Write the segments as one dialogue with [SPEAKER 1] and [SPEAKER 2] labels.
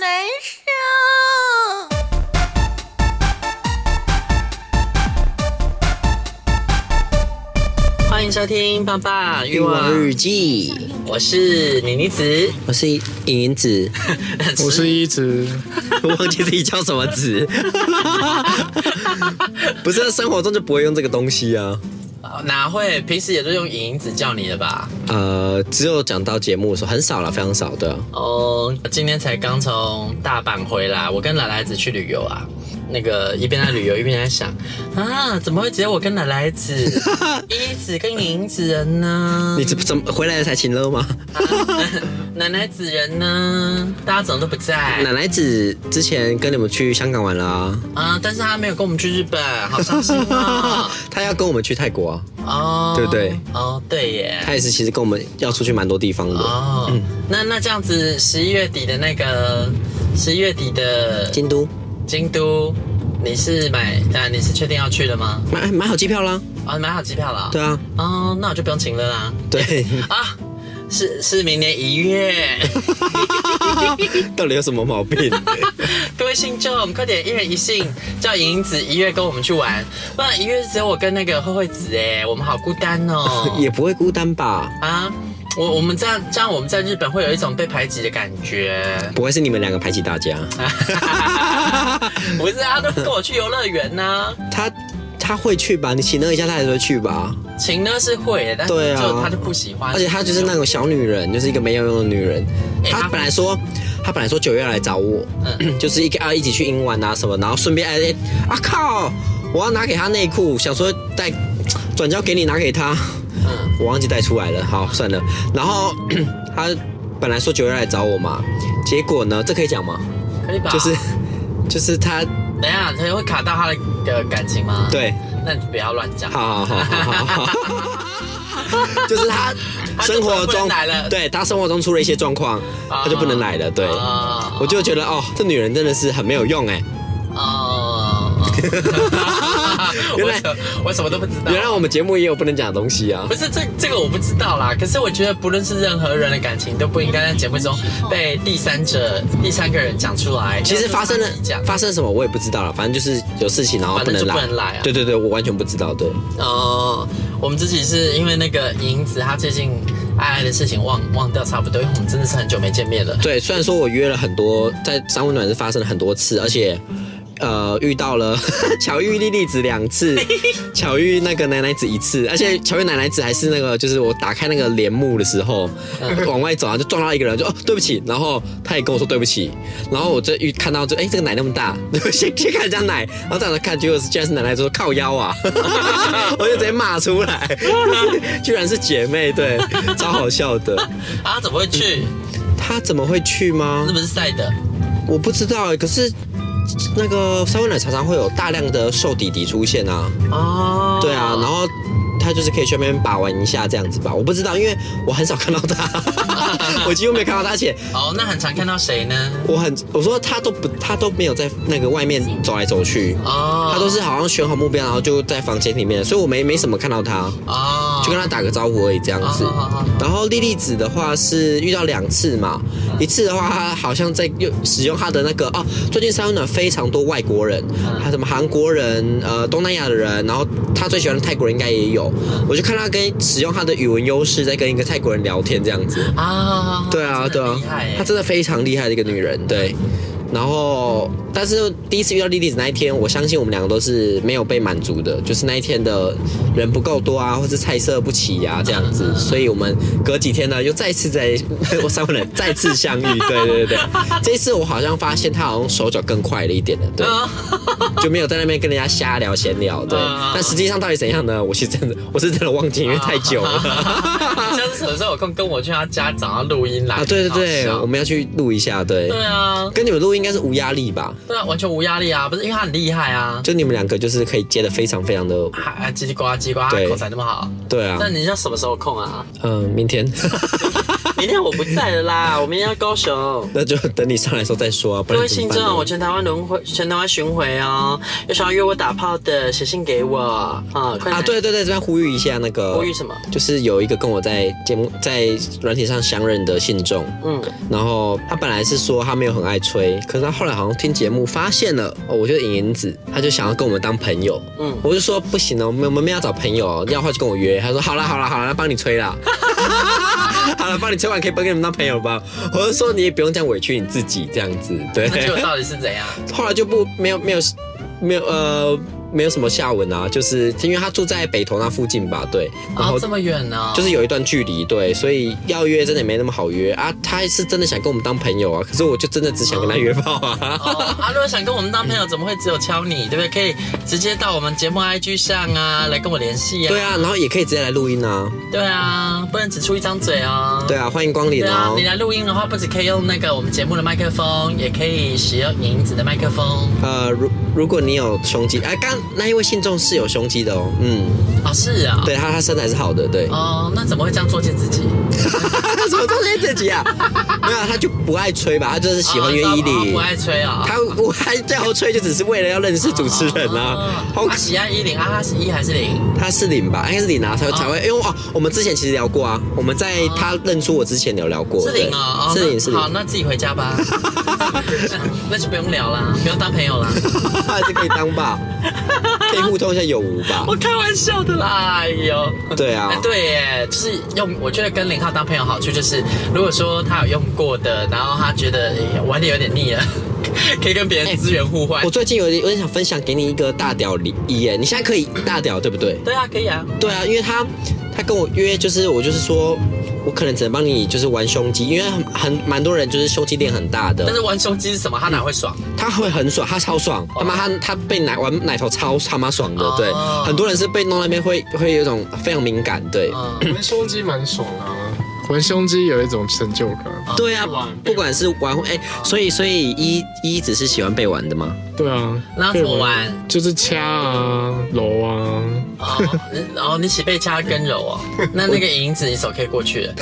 [SPEAKER 1] 难受。
[SPEAKER 2] 欢迎收听《爸爸欲
[SPEAKER 3] 欲望
[SPEAKER 2] 望
[SPEAKER 3] 日
[SPEAKER 2] 日记
[SPEAKER 3] 记》，》，
[SPEAKER 2] 我是妮妮子，
[SPEAKER 3] 我是银银子，
[SPEAKER 4] 我是一直
[SPEAKER 3] 我忘记自己叫什么子，不是生活中就不会用这个东西啊。
[SPEAKER 2] 哪会？平时也都用银子叫你的吧？
[SPEAKER 3] 呃，只有讲到节目的时候，很少了，非常少的。
[SPEAKER 2] 哦，今天才刚从大阪回来，我跟奶奶子去旅游啊。那个一边在旅游一边在想啊，怎么会只有我跟奶奶子、 一子跟银子人呢？
[SPEAKER 3] 你怎怎么回来才请 了吗？
[SPEAKER 2] 奶奶子人呢？大家怎么都不在
[SPEAKER 3] 奶奶子之前跟你们去香港玩啦、
[SPEAKER 2] 啊？但是他没有跟我们去日本，好伤心 啊！
[SPEAKER 3] 她要跟我们去泰国啊，
[SPEAKER 2] 哦，
[SPEAKER 3] 对不对？
[SPEAKER 2] 哦，对耶。
[SPEAKER 3] 她也是其实跟我们要出去蛮多地方的。
[SPEAKER 2] 哦，那那这样子，十一月底的那个，十一月底的
[SPEAKER 3] 京都
[SPEAKER 2] 京都，你是买啊？你是确定要去的吗？
[SPEAKER 3] 买买好机票啦，
[SPEAKER 2] 啊、哦，买好机票了、
[SPEAKER 3] 对。啊，
[SPEAKER 2] 哦，那我就不用请了啦。
[SPEAKER 3] 对，
[SPEAKER 2] 啊，是是明年一月，
[SPEAKER 3] 到底有什么毛病？
[SPEAKER 2] 哦各位信众，快点一人一信，叫莹子一月跟我们去玩。不然一月只有我跟那个慧慧子哎，我们好孤单哦
[SPEAKER 3] 。也不会孤单吧？
[SPEAKER 2] 啊，我我们这样这样，我们在日本会有一种被排挤的感觉。
[SPEAKER 3] 不会是你们两个排挤大家？
[SPEAKER 2] 哎 不是啊，他都跟我去游乐园呐。
[SPEAKER 3] 他他会去吧？你请了一下，他还是会去吧？
[SPEAKER 2] 晴呢是会耶，但是
[SPEAKER 3] 对啊
[SPEAKER 2] 就他就不喜欢，
[SPEAKER 3] 而且她就是那种小女人，就是一个没有用的女人。
[SPEAKER 2] 哎嗯
[SPEAKER 3] 她
[SPEAKER 2] 她
[SPEAKER 3] 本来说，她本来说九月要来找我， 就是一个啊一起去英玩啊什么，然后顺便哎哎啊靠，我要拿给她内裤，想说带转交给你拿给她，
[SPEAKER 2] 嗯
[SPEAKER 3] 我忘记带出来了，好算了。然后 她本来说九月来找我嘛，结果呢，这可以讲吗？
[SPEAKER 2] 可以吧？
[SPEAKER 3] 就是就是她
[SPEAKER 2] 等一下，他会卡到他的的感情吗？，
[SPEAKER 3] 对。
[SPEAKER 2] 那你不要乱讲。
[SPEAKER 3] 好好好好好，就是他生活
[SPEAKER 2] 他就不
[SPEAKER 3] 中
[SPEAKER 2] 能来了
[SPEAKER 3] 对他生活中出了一些状况，
[SPEAKER 2] 啊，
[SPEAKER 3] 他就不能来了。对，
[SPEAKER 2] 啊
[SPEAKER 3] 我就觉得哦，这女人真的是很没有用哎。
[SPEAKER 2] 哦， 原
[SPEAKER 3] 原来
[SPEAKER 2] 来啊我什么都不知道。
[SPEAKER 3] 原来我们节目也有不能讲的东西啊
[SPEAKER 2] 不。是这这个我不知道啦，可是我觉得不论是任何人的感情都不应该在节目中被第三者、第三个人讲出来。
[SPEAKER 3] 其实发生了
[SPEAKER 2] 要是他自己讲
[SPEAKER 3] 发生了什么我也不知道了，反正就是有事情然后
[SPEAKER 2] 反
[SPEAKER 3] 哦不
[SPEAKER 2] 正
[SPEAKER 3] 能
[SPEAKER 2] 就
[SPEAKER 3] 来。
[SPEAKER 2] 不能来啊
[SPEAKER 3] 对对对，我完全不知道。对，
[SPEAKER 2] 哦，我们自己是因为那个银子，她最近爱爱的事情忘忘掉差不多，因为我们真的是很久没见面了。
[SPEAKER 3] 对，虽然说我约了很多，在三温暖是发生了很多次，而且。呃，遇到了 巧遇莉莉子两次，巧遇那个奶奶子一次，而且巧遇奶奶子还是那个，就是我打开那个帘幕的时候，往外走啊，就撞到一个人，就哦对不起，然后他也跟我说对不起，然后我就遇看到就哎、这个奶那么大， 先先看人家奶，然后再来看，结果是居然是奶奶说靠腰啊， 我就直接骂出来， 居然是姐妹，对，超好笑的，
[SPEAKER 2] 啊，怎么会去？
[SPEAKER 3] 她怎么会去吗
[SPEAKER 2] 是？不是晒的？
[SPEAKER 3] 我不知道哎、可是那个三温暖常常会有大量的瘦弟弟出现啊，
[SPEAKER 2] 哦，
[SPEAKER 3] 对啊，然后他就是可以去那边把玩一下这样子吧，我不知道，因为我很少看到 他，我几乎没有看到他，而且
[SPEAKER 2] 哦，那很常看到谁呢？
[SPEAKER 3] 我很我说他都不他都没有在那个外面走来走去，
[SPEAKER 2] 哦，
[SPEAKER 3] 他都是好像选好目标，然后就在房间里面，所以我没没什么看到他，
[SPEAKER 2] 哦，
[SPEAKER 3] 就跟他打个招呼而已这样子
[SPEAKER 2] 哦好好好。
[SPEAKER 3] 然后莉莉子的话是遇到两次嘛，一次的话她好像在用使用她的那个哦，最近三温暖非常多外国人，还有什么韩国人、呃东南亚的人，然后她最喜欢的泰国人应该也有。我就看她跟使用她的语文优势在跟一个泰国人聊天这样子。
[SPEAKER 2] 啊，
[SPEAKER 3] 对啊，对
[SPEAKER 2] 真的
[SPEAKER 3] 啊
[SPEAKER 2] 很厉害，耶
[SPEAKER 3] 她真的非常厉害的一个女人，对。然后，但是第一次遇到莉莉子那一天，我相信我们两个都是没有被满足的，就是那一天的人不够多啊，或是菜色不齐呀、这样
[SPEAKER 2] 嗯
[SPEAKER 3] 子，所以我们隔几天呢又再次在 我三个人再次 相遇，对对对对，这一次我好像发现他好像手脚更快了一点了，对，
[SPEAKER 2] 哦
[SPEAKER 3] 就没有在那边跟人家瞎聊闲聊，对
[SPEAKER 2] 嗯，
[SPEAKER 3] 但实际上到底怎样呢？我是真的我是真的忘记，因为太 久了。
[SPEAKER 2] 下次什么时候有空跟我去他家找他录音来
[SPEAKER 3] 啊，对对对，
[SPEAKER 2] 很好
[SPEAKER 3] 我
[SPEAKER 2] 笑
[SPEAKER 3] 们要去录一下，对，
[SPEAKER 2] 对啊，
[SPEAKER 3] 跟你们录应该是无压力吧？
[SPEAKER 2] 对啊，完全无压力啊，不是因为他很厉害啊，
[SPEAKER 3] 就你们两个就是可以接的非常非常的，
[SPEAKER 2] 还还叽里呱啦叽里呱啦，他
[SPEAKER 3] 对
[SPEAKER 2] 口才那么好。
[SPEAKER 3] 对啊，
[SPEAKER 2] 那你要什么时候有空啊？
[SPEAKER 3] 嗯，明天
[SPEAKER 2] 明天我不在了啦，我明天要高雄。
[SPEAKER 3] 那就等你上来的时候再说啊，不
[SPEAKER 2] 各
[SPEAKER 3] 然
[SPEAKER 2] 位
[SPEAKER 3] 怎
[SPEAKER 2] 信
[SPEAKER 3] 么办
[SPEAKER 2] 众，
[SPEAKER 3] 呢？
[SPEAKER 2] 我全台湾轮回，全台湾巡回哦。有想要约我打炮的，写信给我啊！快
[SPEAKER 3] 啊，
[SPEAKER 2] 来
[SPEAKER 3] 对对对，这边呼吁一下那个
[SPEAKER 2] 呼吁什么
[SPEAKER 3] 就是有一个跟我在节目在软体上相认的信众，
[SPEAKER 2] 嗯，
[SPEAKER 3] 然后他本来是说他没有很爱吹，可是他后来好像听节目发现了，哦，我就是影影子，他就想要跟我们当朋友，
[SPEAKER 2] 嗯
[SPEAKER 3] 嗯，我就说不行哦，我们我们没有要找朋友，要的话就跟我约，他说好啦好啦好啦，那帮你吹啦。 好了，帮你吹完可以帮你们当朋友吧。我就说你也不用这样委屈你自己，这样子对。
[SPEAKER 2] 那结果到底是 怎样？啊
[SPEAKER 3] 后来就不没有没有没有呃没有什么下文啊，就是因为他住在北投那附近吧，对，然
[SPEAKER 2] 啊
[SPEAKER 3] 后，
[SPEAKER 2] 这么远呢？
[SPEAKER 3] 就是有一段距离，对，所以要约真的没那么好约啊。他是真的想跟我们当朋友啊，可是我就真的只想跟他约炮啊。
[SPEAKER 2] 哦，啊，如果想跟我们当朋友，怎么会只有敲你？对不对？可以直接到我们节目 IG 上啊，来跟我联系啊。
[SPEAKER 3] 嗯 对啊，然后也可以直接来录音啊，
[SPEAKER 2] 对啊，不能只出一张嘴哦。
[SPEAKER 3] 对啊，欢迎光临
[SPEAKER 2] 对啊
[SPEAKER 3] 哦，
[SPEAKER 2] 你。来录音的话，不只可以用那个我们节目的麦克风，也可以使用影子的麦克风。
[SPEAKER 3] 呃，如如果你有胸肌，哎、刚那一位信众是有胸肌的哦，嗯，
[SPEAKER 2] 哦，是啊。。
[SPEAKER 3] 对他他身材是好的，对。
[SPEAKER 2] 哦，那怎么会这样作践自己？
[SPEAKER 3] 他 什么中间这集啊？没有，他就不爱吹吧，他就是喜欢
[SPEAKER 2] 哦
[SPEAKER 3] 袁依林。
[SPEAKER 2] 不爱吹啊。
[SPEAKER 3] 他我还叫吹，就只是为了要认识主持人啊。好
[SPEAKER 2] 他，喜爱一哦零啊，他是一还是零？
[SPEAKER 3] 他是零吧？应该是零啊，才会才会。因为哦，我们之前其实聊过啊，我们在他认出我之前有聊过。
[SPEAKER 2] 是零
[SPEAKER 3] 对
[SPEAKER 2] 哦，哦
[SPEAKER 3] 是零
[SPEAKER 2] 那
[SPEAKER 3] 是
[SPEAKER 2] 好，
[SPEAKER 3] 零，
[SPEAKER 2] 那自己回家吧。那就不用聊啦，不用当朋 友啦。
[SPEAKER 3] 还是可以当吧？可以互动一下有无吧
[SPEAKER 2] 我？开玩笑的啦，哎呦。
[SPEAKER 3] 对啊
[SPEAKER 2] 哎，， 对耶，就是用，我觉得跟零号当朋友好处就是，如果说他有用过的，然后他觉得哎玩的有点腻了， 可以跟别人资源互换
[SPEAKER 3] 哎我。最近有点有点想分享给你一个大屌礼仪耶，你现在可以大屌对不对？
[SPEAKER 2] 对啊，可以啊。
[SPEAKER 3] 对啊，因为他他跟我约，就是我就是说，我可能只能帮你就是玩胸肌，因为很很蛮多人就是胸肌练很大的
[SPEAKER 2] 但，是玩胸肌是什么？他哪会爽？
[SPEAKER 3] 他会很爽，他超爽，他妈他他被奶玩奶头超他妈爽的
[SPEAKER 2] 哦，
[SPEAKER 3] 对，很多人是被弄那边会会有一种非常敏感，对。
[SPEAKER 2] 嗯，
[SPEAKER 4] 玩胸肌蛮爽啊，玩胸肌有一种成就感。
[SPEAKER 3] 对啊
[SPEAKER 4] 被玩，
[SPEAKER 3] 不管是玩哎、所以所以一一只是喜欢被玩的吗？
[SPEAKER 4] 对啊，
[SPEAKER 2] 那怎么玩？
[SPEAKER 4] 就是掐啊、揉啊，
[SPEAKER 2] 哦，嗯哦，你起被掐跟揉 哦，那那个银子你手可以过去了。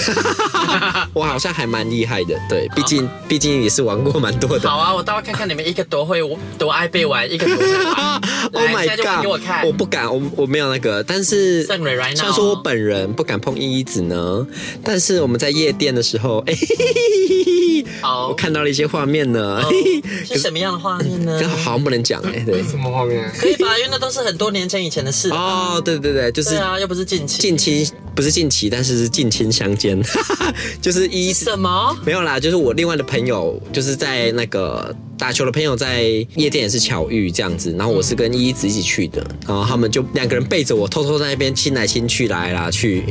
[SPEAKER 3] 啊我好像还蛮厉害的，对，毕竟毕竟也是玩过蛮多的
[SPEAKER 2] 好。啊，我待会看看你们一个多会多爱被玩，一个多会 玩
[SPEAKER 3] Oh
[SPEAKER 2] 来现在
[SPEAKER 3] my
[SPEAKER 2] 就玩给我
[SPEAKER 3] god！
[SPEAKER 2] 看
[SPEAKER 3] 我不敢，我我没有那个，但是
[SPEAKER 2] 圣蕊 right now
[SPEAKER 3] 虽然说我本人不敢碰一一子呢，但是我们在夜店的时候，哎、嘿嘿嘿嘿嘿嘿
[SPEAKER 2] 好
[SPEAKER 3] 我看到了一些画面呢，
[SPEAKER 2] 哦
[SPEAKER 3] 嘿嘿
[SPEAKER 2] 是什么样的画面呢
[SPEAKER 3] 可？是 好像不能讲哎、对。
[SPEAKER 4] 什么画面？
[SPEAKER 2] 可以吧，因为那都是很多年前以前的事了。
[SPEAKER 3] 哦，对对对，就是
[SPEAKER 2] 对啊，又不是近期。
[SPEAKER 3] 近亲，不是近期，但是是近亲相间， 就是一
[SPEAKER 2] 什么？
[SPEAKER 3] 没有啦，就是我另外的朋友，就是在那个打球的朋友在夜店也是巧遇这样子，然后我是跟依依子一起去的，然后他们就两个人背着我，偷偷在那边亲来亲去，来来去，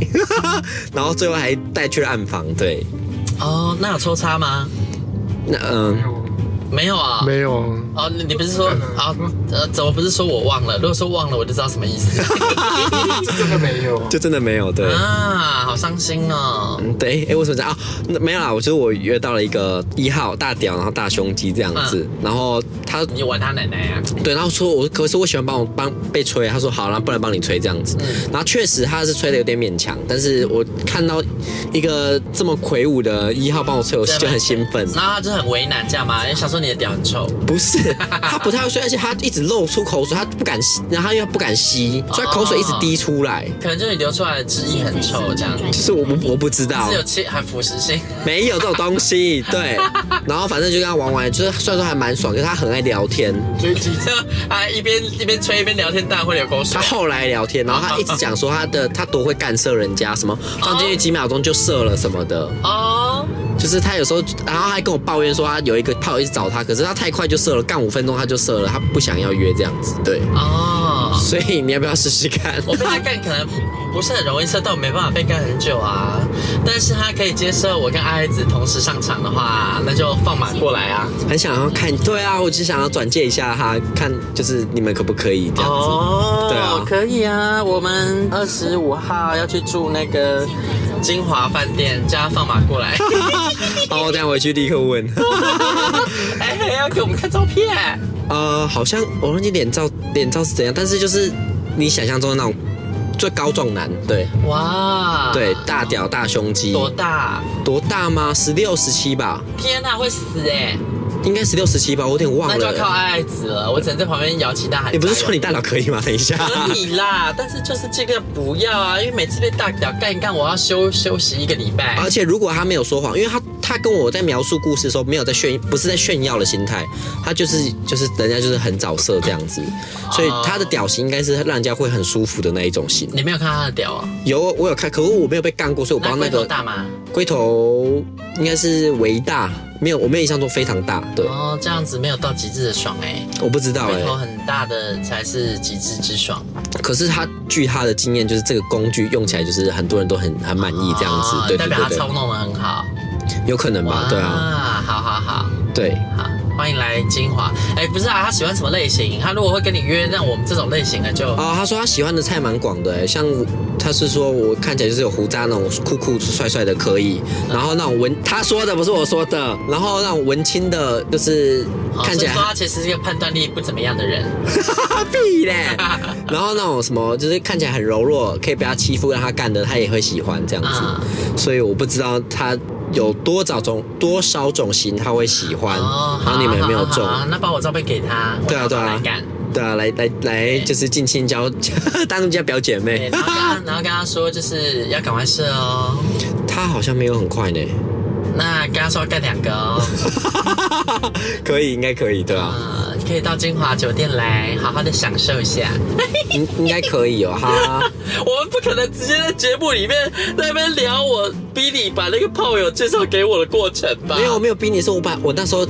[SPEAKER 3] 然后最后还带去了暗房，对，
[SPEAKER 2] 哦，那有抽插吗？
[SPEAKER 3] 那嗯、
[SPEAKER 2] 没有啊。
[SPEAKER 4] 没有啊，
[SPEAKER 2] 哦，你你不是说啊？呃，怎么不是说我忘了？如果说忘了，我就知道什么意思
[SPEAKER 4] 真的没有。
[SPEAKER 3] 就真的没有对。
[SPEAKER 2] 啊！好伤心哦。
[SPEAKER 3] 嗯对，哎、为什么这样啊？那没有啦，我就是我约到了一个一号大屌，然后大胸肌这样子，然后他
[SPEAKER 2] 你玩他奶奶啊！
[SPEAKER 3] 对，然后说我可是我喜欢帮我帮被吹，他说好，那不然帮你吹这样
[SPEAKER 2] 嗯
[SPEAKER 3] 子。然后确实他是吹的有点勉强，但是我看到一个这么魁梧的一号帮我吹，我
[SPEAKER 2] 对
[SPEAKER 3] 就很兴奋。
[SPEAKER 2] 然后他就很为难，这样嘛？哎想说你的屌很臭，
[SPEAKER 3] 不是，他不太会吹，而且他一直露出口水，他不敢吸，然后他又不敢吸，所以他口水一直滴出来。
[SPEAKER 2] 可能就是你流出来的汁液很臭，这样
[SPEAKER 3] 就是我不我不知道
[SPEAKER 2] 是，有气还腐蚀性。
[SPEAKER 3] 没有这种东西。 对，然后反正就跟他玩玩，就是虽然说还蛮爽，可是他很爱聊天。
[SPEAKER 4] 追击
[SPEAKER 2] 啊，一边一边吹一边聊天，当然会流口水
[SPEAKER 3] 他。后来聊天，然后 他一直讲说他的他多会干涉人家，什么放进去几秒钟就射了什么的。
[SPEAKER 2] 哦，
[SPEAKER 3] 就就是他有时候，然后还跟我抱怨说他有一个炮一直找他，可是他太快就射了，干五分钟他就射了，他不想要约这样子，对。
[SPEAKER 2] 哦，
[SPEAKER 3] 所以你要不要试试看？
[SPEAKER 2] 我被他干可能不是很容易射到，我没办法被干很久啊。但是他可以接受我跟阿爱子同时上场的话，那就放马过来啊。
[SPEAKER 3] 很想要看，对啊，我只想要转介一下他，看就是你们可不可以这样子。
[SPEAKER 2] 哦，
[SPEAKER 3] 对啊
[SPEAKER 2] 可以啊。我们二十五号要去住那个金华饭店，叫他放马过 来。
[SPEAKER 3] 好，哦我等一下回去立刻问。
[SPEAKER 2] 哎，要给我们看照片。
[SPEAKER 3] 呃，好像我忘记脸照脸照是怎样，但是就是你想象中的那种最高壮男，对、
[SPEAKER 2] 哇，
[SPEAKER 3] 对，大屌大胸肌，
[SPEAKER 2] 啊多大？
[SPEAKER 3] 多大吗？十六十七吧，
[SPEAKER 2] 天哪、会死哎、
[SPEAKER 3] 应该十六十七吧，我有点忘
[SPEAKER 2] 那就要靠
[SPEAKER 3] 了。哎
[SPEAKER 2] 爱爱子了，我只能在旁边摇旗呐喊。
[SPEAKER 3] 你不是说你大屌可以吗？等一下，
[SPEAKER 2] 可以啦，但是就是这个不要啊，因为每次被大屌干一干，我要休休息一个礼拜。
[SPEAKER 3] 而且如果他没有说谎，因为他他跟我在描述故事的时候，没有在炫，不是在炫耀的心态，他就是就是人家就是很早射这样子，所以他的屌型应该是让人家会很舒服的那一种型。
[SPEAKER 2] 哦你没有看他的屌啊、
[SPEAKER 3] 有我有看，可是我没有被干过，所以我不知
[SPEAKER 2] 那龟头
[SPEAKER 3] 道那个
[SPEAKER 2] 大吗？
[SPEAKER 3] 龟头应该是为大，没有我没有印象中非常大，对，
[SPEAKER 2] 哦，这样子没有到极致的爽哎、
[SPEAKER 3] 我不知道哎、
[SPEAKER 2] 龟头很大的才是极致之爽。
[SPEAKER 3] 可是他据他的经验，就是这个工具用起来就是很多人都很很满意这样子，
[SPEAKER 2] 哦
[SPEAKER 3] 对
[SPEAKER 2] 代
[SPEAKER 3] 对
[SPEAKER 2] 表他
[SPEAKER 3] 对
[SPEAKER 2] 操
[SPEAKER 3] 对，
[SPEAKER 2] 弄的很好。
[SPEAKER 3] 有可能吧，对啊，
[SPEAKER 2] 好好好。
[SPEAKER 3] 对。
[SPEAKER 2] 好，欢迎来金华。哎，不是啊，他喜欢什么类型？他如果会跟你约，那我们这种类型的就
[SPEAKER 3] 哦，他说他喜欢的菜蛮广的欸，像他是说我看起来就是有胡渣那种酷酷帅帅的可以，然后那种文他说的不是我说的，然后那种文青的，就是
[SPEAKER 2] 哦
[SPEAKER 3] 看起来
[SPEAKER 2] 所以说他其实是一个判断力不怎么样的人。
[SPEAKER 3] 屁嘞，然后那种什么就是看起来很柔弱，可以被他欺负让他干的，他也会喜欢这样子，
[SPEAKER 2] 啊
[SPEAKER 3] 所以我不知道他有多少种多少种型他会喜
[SPEAKER 2] 哦
[SPEAKER 3] 欢，然后你们有没有中
[SPEAKER 2] 好？好好那把我照片给他，
[SPEAKER 3] 对啊
[SPEAKER 2] 我
[SPEAKER 3] 对
[SPEAKER 2] 找他
[SPEAKER 3] 啊
[SPEAKER 2] 来干。
[SPEAKER 3] 对啊，来来来，就是近亲交当人家表姐
[SPEAKER 2] 对，
[SPEAKER 3] 妹，
[SPEAKER 2] 然后跟他，然后跟他说，就是要赶快射哦。
[SPEAKER 3] 他好像没有很快呢。
[SPEAKER 2] 那跟他说要干两个哦，
[SPEAKER 3] 可以，应该可以，对吧、
[SPEAKER 2] 呃，可以到金华酒店来好好的享受一下。
[SPEAKER 3] 应应该可以哦，哈。
[SPEAKER 2] 我们不可能直接在节目里面在那边聊我逼你把那个炮友介绍给我的过程吧。
[SPEAKER 3] 没有，没有逼你说，我把我那时候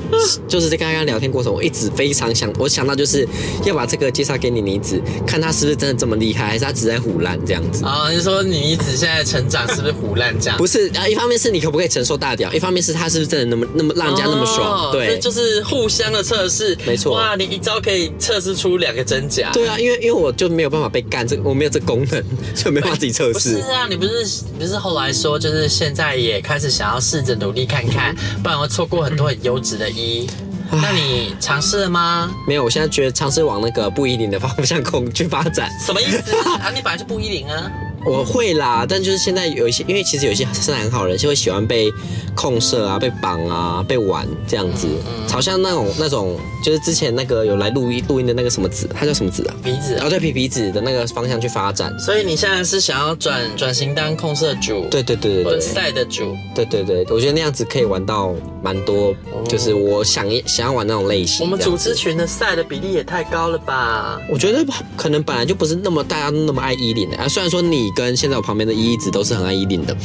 [SPEAKER 3] 就是在跟他聊天过程，我一直非常想，我想到就是要把这个介绍给你妮子，看他是不是真的这么厉害，还是他只在胡乱这样子。
[SPEAKER 2] 啊，你说你一直现在成长是不是胡乱这样？
[SPEAKER 3] 不是啊，一方面是你可不可以承受大屌，一方面是他是不是真的那么那么让人家那么爽，
[SPEAKER 2] 哦
[SPEAKER 3] 对
[SPEAKER 2] 这，就是互相的测试，
[SPEAKER 3] 没错
[SPEAKER 2] 哇，你一招可以测试出两个真假。
[SPEAKER 3] 对啊，因为因为我就没有办法被干，这我没有这功能， 所以没办法自己测
[SPEAKER 2] 不是
[SPEAKER 3] 试。
[SPEAKER 2] 啊，你不是你不是后来说，就是现在也开始想要试着努力看看，不然会错过很多很优质的一。那你尝试了吗？
[SPEAKER 3] 没有，我现在觉得尝试往那个不一定的方向恐去发展。
[SPEAKER 2] 什么意思 啊？啊你本来就不一零啊。
[SPEAKER 3] 我会啦，但就是现在有一些，因为其实有一些身材很好的人，就会喜欢被控射啊、被绑啊、被玩这样
[SPEAKER 2] 嗯
[SPEAKER 3] 子，好像那种那种，就是之前那个有来录音录音的那个什么子，他叫什么子啊？
[SPEAKER 2] 鼻子
[SPEAKER 3] 哦，对，皮皮子的那个方向去发展。
[SPEAKER 2] 所以你现在是想要转转型当控色主，
[SPEAKER 3] 对对对对
[SPEAKER 2] 或
[SPEAKER 3] 对
[SPEAKER 2] 者赛的主，
[SPEAKER 3] 对对对，我觉得那样子可以玩到蛮多，就是我想想要玩那种类型。
[SPEAKER 2] 哦我们
[SPEAKER 3] 这样
[SPEAKER 2] 组
[SPEAKER 3] 子
[SPEAKER 2] 织群的赛的比例也太高了吧？
[SPEAKER 3] 我觉得可能本来就不是那么大家都那么爱依领的啊。虽然说你跟现在我旁边的依依子都是很爱依领的，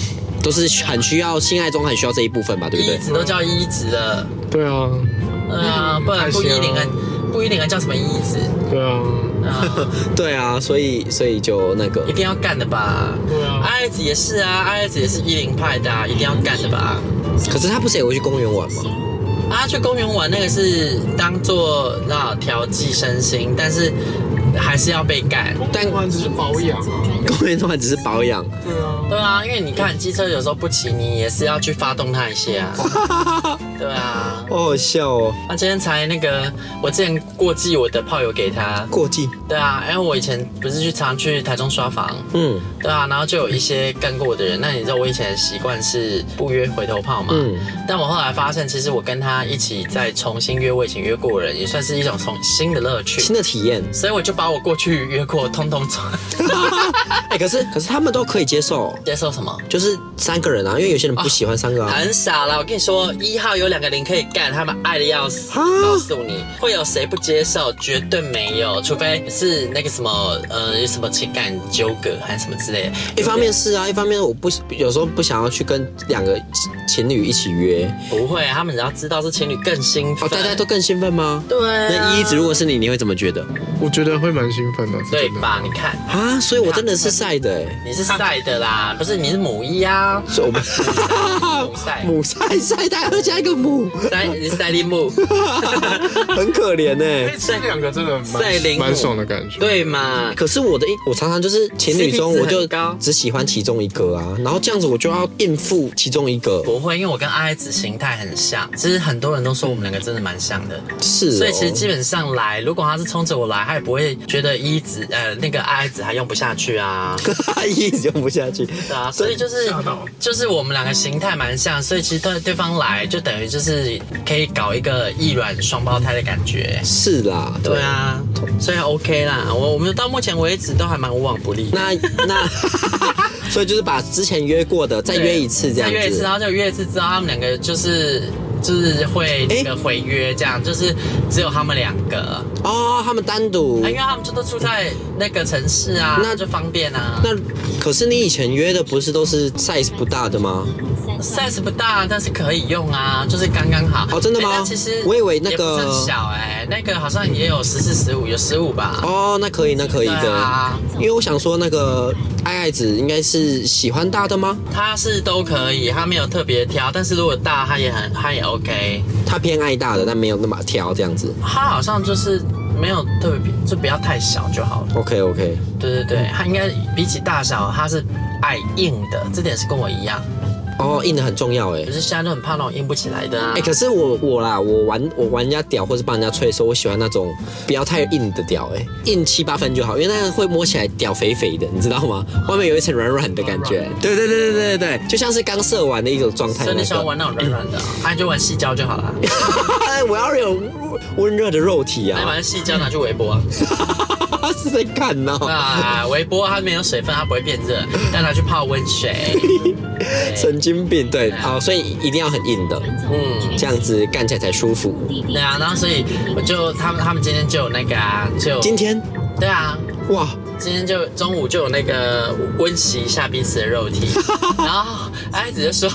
[SPEAKER 3] 都是很需要性爱中很需要这一部分吧，对不
[SPEAKER 2] 一
[SPEAKER 3] 对？
[SPEAKER 2] 直都叫一直了，
[SPEAKER 4] 对啊，
[SPEAKER 2] 对啊，不然不一零啊
[SPEAKER 4] 太香，
[SPEAKER 2] 不一零啊叫什么一直？
[SPEAKER 4] 对啊，
[SPEAKER 2] 啊，
[SPEAKER 3] 对啊，所以所以就那个
[SPEAKER 2] 一，定要干的吧？
[SPEAKER 4] 对啊
[SPEAKER 2] 爱子也是啊，爱子也是一零派的、啊，一定要干的吧？
[SPEAKER 3] 可是他不是也会去公园玩吗？
[SPEAKER 2] 啊，去公园玩那个是当做那调剂身心，但是还是要被干。
[SPEAKER 3] 但
[SPEAKER 4] 但只是保养啊，
[SPEAKER 3] 公园玩只是保养，
[SPEAKER 4] 对啊，
[SPEAKER 2] 对啊，因为你看机车有时候不骑，你也是要去发动它一下、啊。对啊，
[SPEAKER 3] 好好笑哦，
[SPEAKER 2] 那今天才那个，我之前过继我的炮友给他。
[SPEAKER 3] 过季，
[SPEAKER 2] 对啊，因为我以前不是去常去台中刷房，
[SPEAKER 3] 嗯
[SPEAKER 2] 对啊，然后就有一些干过我的人。那你知道我以前的习惯是不约回头炮嘛？
[SPEAKER 3] 嗯，
[SPEAKER 2] 但我后来发现，其实我跟他一起再重新约我以前约过的人，也算是一种重新的乐趣。
[SPEAKER 3] 新的体验，
[SPEAKER 2] 所以我就把我过去约过，通通走
[SPEAKER 3] 哎、可是可是他们都可以接受，
[SPEAKER 2] 接受什么？
[SPEAKER 3] 就是三个人啊，因为有些人不喜欢三个啊。
[SPEAKER 2] 很傻啦！我跟你说，一号有两个零可以干，他们爱的要死。
[SPEAKER 3] 啊
[SPEAKER 2] 告诉你，会有谁不接受？绝对没有，除非是那个什么，呃，有什么情感纠葛还是什么之类的。
[SPEAKER 3] 一方面是啊，一方面我不有时候不想要去跟两个情侣一起约，
[SPEAKER 2] 不会，他们只要知道是情侣更兴奋。
[SPEAKER 3] 哦，大家都更兴奋吗？
[SPEAKER 2] 对、啊，
[SPEAKER 3] 那依依子如果是你，你会怎么觉得
[SPEAKER 4] 我觉得会蛮兴奋的，是
[SPEAKER 2] 对
[SPEAKER 4] 真的？
[SPEAKER 2] 吧？你看。
[SPEAKER 3] 啊？所以我真的是晒的哎、
[SPEAKER 2] 你是晒的啦，不是你是母一 啊，
[SPEAKER 3] 所 以我们
[SPEAKER 2] 母晒，
[SPEAKER 3] 母晒晒，他还要加一个母，
[SPEAKER 2] 晒你是晒的母，
[SPEAKER 3] 很可怜哎、
[SPEAKER 4] 这两个真的
[SPEAKER 2] 赛琳
[SPEAKER 4] 蛮蛮爽的感觉。，
[SPEAKER 2] 对嘛？
[SPEAKER 3] 可是我的一，我常常就是情侣中，
[SPEAKER 2] CP 值
[SPEAKER 3] 我就
[SPEAKER 2] 很高
[SPEAKER 3] 只喜欢其中一个啊，然后这样子我就要应付其中一个，
[SPEAKER 2] 不会，因为我跟阿爱子形态很像，其实很多人都说我们两个真的蛮像的，
[SPEAKER 3] 是、哦，
[SPEAKER 2] 所以其实基本上来，如果他是冲着我来，他也不会觉得一子呃那个爱子还用不下去 啊。
[SPEAKER 3] 一直用不下去，
[SPEAKER 2] 对啊，所以就是就是我们两个形态蛮像，所以其实对对方来就等于就是可以搞一个异卵双胞胎的感觉。
[SPEAKER 3] 是啦，
[SPEAKER 2] 对。啊，所以 OK 啦，我我们到目前为止都还蛮无往不利。
[SPEAKER 3] 那 那，所以就是把之前约过的再
[SPEAKER 2] 对
[SPEAKER 3] 约一次这样
[SPEAKER 2] 再
[SPEAKER 3] 子，
[SPEAKER 2] 约一次，然后就约一次之后，他们两个就是就是会那个回约这样，就是只有他们两个，
[SPEAKER 3] 哦，他们单独
[SPEAKER 2] 啊，因为他们就都住在那个城市啊，
[SPEAKER 3] 那
[SPEAKER 2] 那就方便啊。
[SPEAKER 3] 那可是你以前约的不是都是 size 不大的吗？
[SPEAKER 2] size 不大，但是可以用啊，就是刚刚好。
[SPEAKER 3] 哦真的吗
[SPEAKER 2] 哎那其实
[SPEAKER 3] 我以为那
[SPEAKER 2] 也
[SPEAKER 3] 个
[SPEAKER 2] 不是很小哎、那个好像也有十四、十五，有十五吧？
[SPEAKER 3] 哦，那可以，那可以
[SPEAKER 2] 对
[SPEAKER 3] 的。
[SPEAKER 2] 啊，
[SPEAKER 3] 因为我想说，那个爱爱子应该是喜欢大的吗？
[SPEAKER 2] 他是都可以，他没有特别挑，但是如果大，他也很，他也 OK。
[SPEAKER 3] 他偏爱大的，但没有那么挑这样子。
[SPEAKER 2] 他好像就是没有特别，就不要太小就好了。
[SPEAKER 3] OK OK，
[SPEAKER 2] 对对
[SPEAKER 3] 嗯
[SPEAKER 2] 对，他应该比起大小，他是爱硬的，这点是跟我一样。
[SPEAKER 3] 哦，硬的很重要哎
[SPEAKER 2] 可。是现在都很怕那种硬不起来的啊。
[SPEAKER 3] 哎、可是我我啦，我玩我玩人家屌或是帮人家吹的时候，我喜欢那种不要太硬的屌、哎，硬七八分就好，因为那个会摸起来屌肥肥的，你知道吗？
[SPEAKER 2] 嗯
[SPEAKER 3] 外面有一层软软的感觉。对对对对对对，就像是刚射完的一种状态、
[SPEAKER 2] 所
[SPEAKER 3] 那
[SPEAKER 2] 以
[SPEAKER 3] 个。
[SPEAKER 2] 你喜欢玩那种软软的啊，那、你就玩细胶就好 了。
[SPEAKER 3] 哎我要有温热的肉
[SPEAKER 2] 那
[SPEAKER 3] 体
[SPEAKER 2] 你
[SPEAKER 3] 啊！
[SPEAKER 2] 玩哎细胶拿去微波啊。
[SPEAKER 3] 是在看呢、
[SPEAKER 2] 啊，微波它没有水分，它不会变热，但它去泡温 水。哎
[SPEAKER 3] 神经病，对，好、所以一定要很硬的，
[SPEAKER 2] 嗯，
[SPEAKER 3] 这样子干起来才舒服。
[SPEAKER 2] 对啊，然后所以我就他们他们今天就有那个啊，就
[SPEAKER 3] 今天，
[SPEAKER 2] 对啊，
[SPEAKER 3] 哇，
[SPEAKER 2] 今天就中午就有那个温习一下彼此的肉体， 然后哎，只是说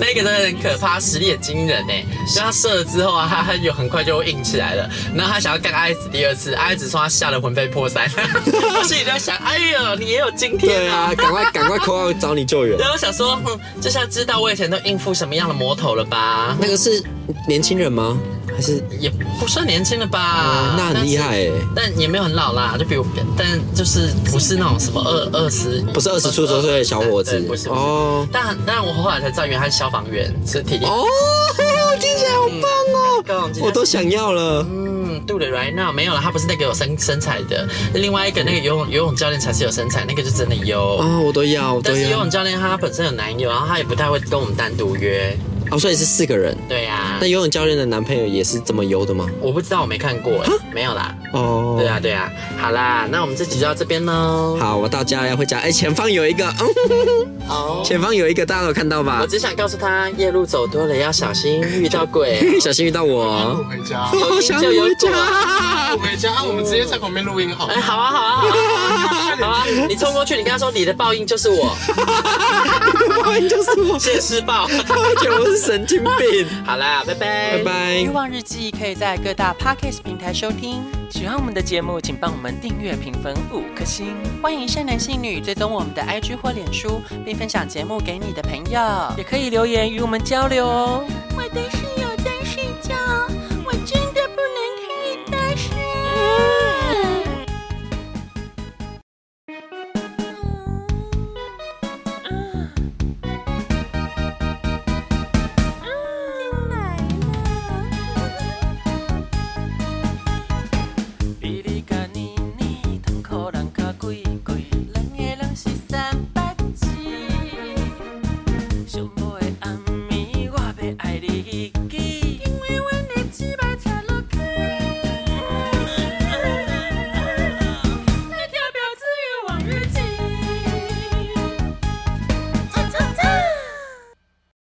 [SPEAKER 2] 那个真的很可怕，实力很惊人呢。就他射了之后啊，他他有很快就硬起来了，然后他想要干爱子第二次，爱子说他吓得魂飞魄 散，我心里就在想，哎呦，你也有今
[SPEAKER 3] 对
[SPEAKER 2] 天啊
[SPEAKER 3] 啊，。赶快赶快 call out 找你 救援。
[SPEAKER 2] 然后我想说，哼，这下知道我以前都应付什么样的魔头了吧？
[SPEAKER 3] 那个是年轻人吗？还是
[SPEAKER 2] 也不算年轻了吧
[SPEAKER 3] 啊，？那很厉害哎、
[SPEAKER 2] 但是，但也没有很老啦，就比我，但就是不是那种什么二二十，
[SPEAKER 3] 不是二十出头岁的小伙
[SPEAKER 2] 对
[SPEAKER 3] 子
[SPEAKER 2] 不是哦。
[SPEAKER 3] 哦
[SPEAKER 2] 但但我后来才知道，原来他是消防员，是体力。
[SPEAKER 3] 哦， 听起来好棒哦
[SPEAKER 2] 嗯，
[SPEAKER 3] 我都想要了。
[SPEAKER 2] 嗯，对了，right now 没有了，他不是那个有身身材的，另外一个那个游泳游泳教练才是有身材，那个就真的有。
[SPEAKER 3] 啊、我都要，我
[SPEAKER 2] 但
[SPEAKER 3] 都
[SPEAKER 2] 是游
[SPEAKER 3] 要
[SPEAKER 2] 泳。教练他本身有男友，然后他也不太会跟我们单独约。
[SPEAKER 3] 哦，所以是四个人。
[SPEAKER 2] 对呀、啊
[SPEAKER 3] 那，游泳教练的男朋友也是这么游的吗？
[SPEAKER 2] 我不知道，我没看过，没有啦。
[SPEAKER 3] 哦，
[SPEAKER 2] 对啊，对啊，好啦，那我们这集就到这边喽。
[SPEAKER 3] 好，我到家要回家。哎、前方有一个，嗯，
[SPEAKER 2] 好
[SPEAKER 3] 前方有一个，大家有看到吧。
[SPEAKER 2] 哦我？只想告诉他，夜路走多了要小心遇到鬼
[SPEAKER 3] 小心遇到我
[SPEAKER 4] 我
[SPEAKER 3] 哦。
[SPEAKER 4] 回家，
[SPEAKER 3] 好想回家
[SPEAKER 4] 我。回家，我们直接在旁边录音好了
[SPEAKER 2] 哎，。好啊，好啊，好啊，好啊！你冲过去，你跟他说你的报应就是我，
[SPEAKER 3] 哇，你就是 我，
[SPEAKER 2] 现世报。
[SPEAKER 3] 而且我是神经病。
[SPEAKER 2] 好啦，拜拜，
[SPEAKER 3] 拜。拜
[SPEAKER 5] 欲。望日记可以在各大 podcast 平台收听。喜欢我们的节目，请帮我们订阅、评分五颗星。欢迎善男信女追踪我们的 IG 或脸书，并分享节目给你的朋友，也可以留言与我们交流哦。嗯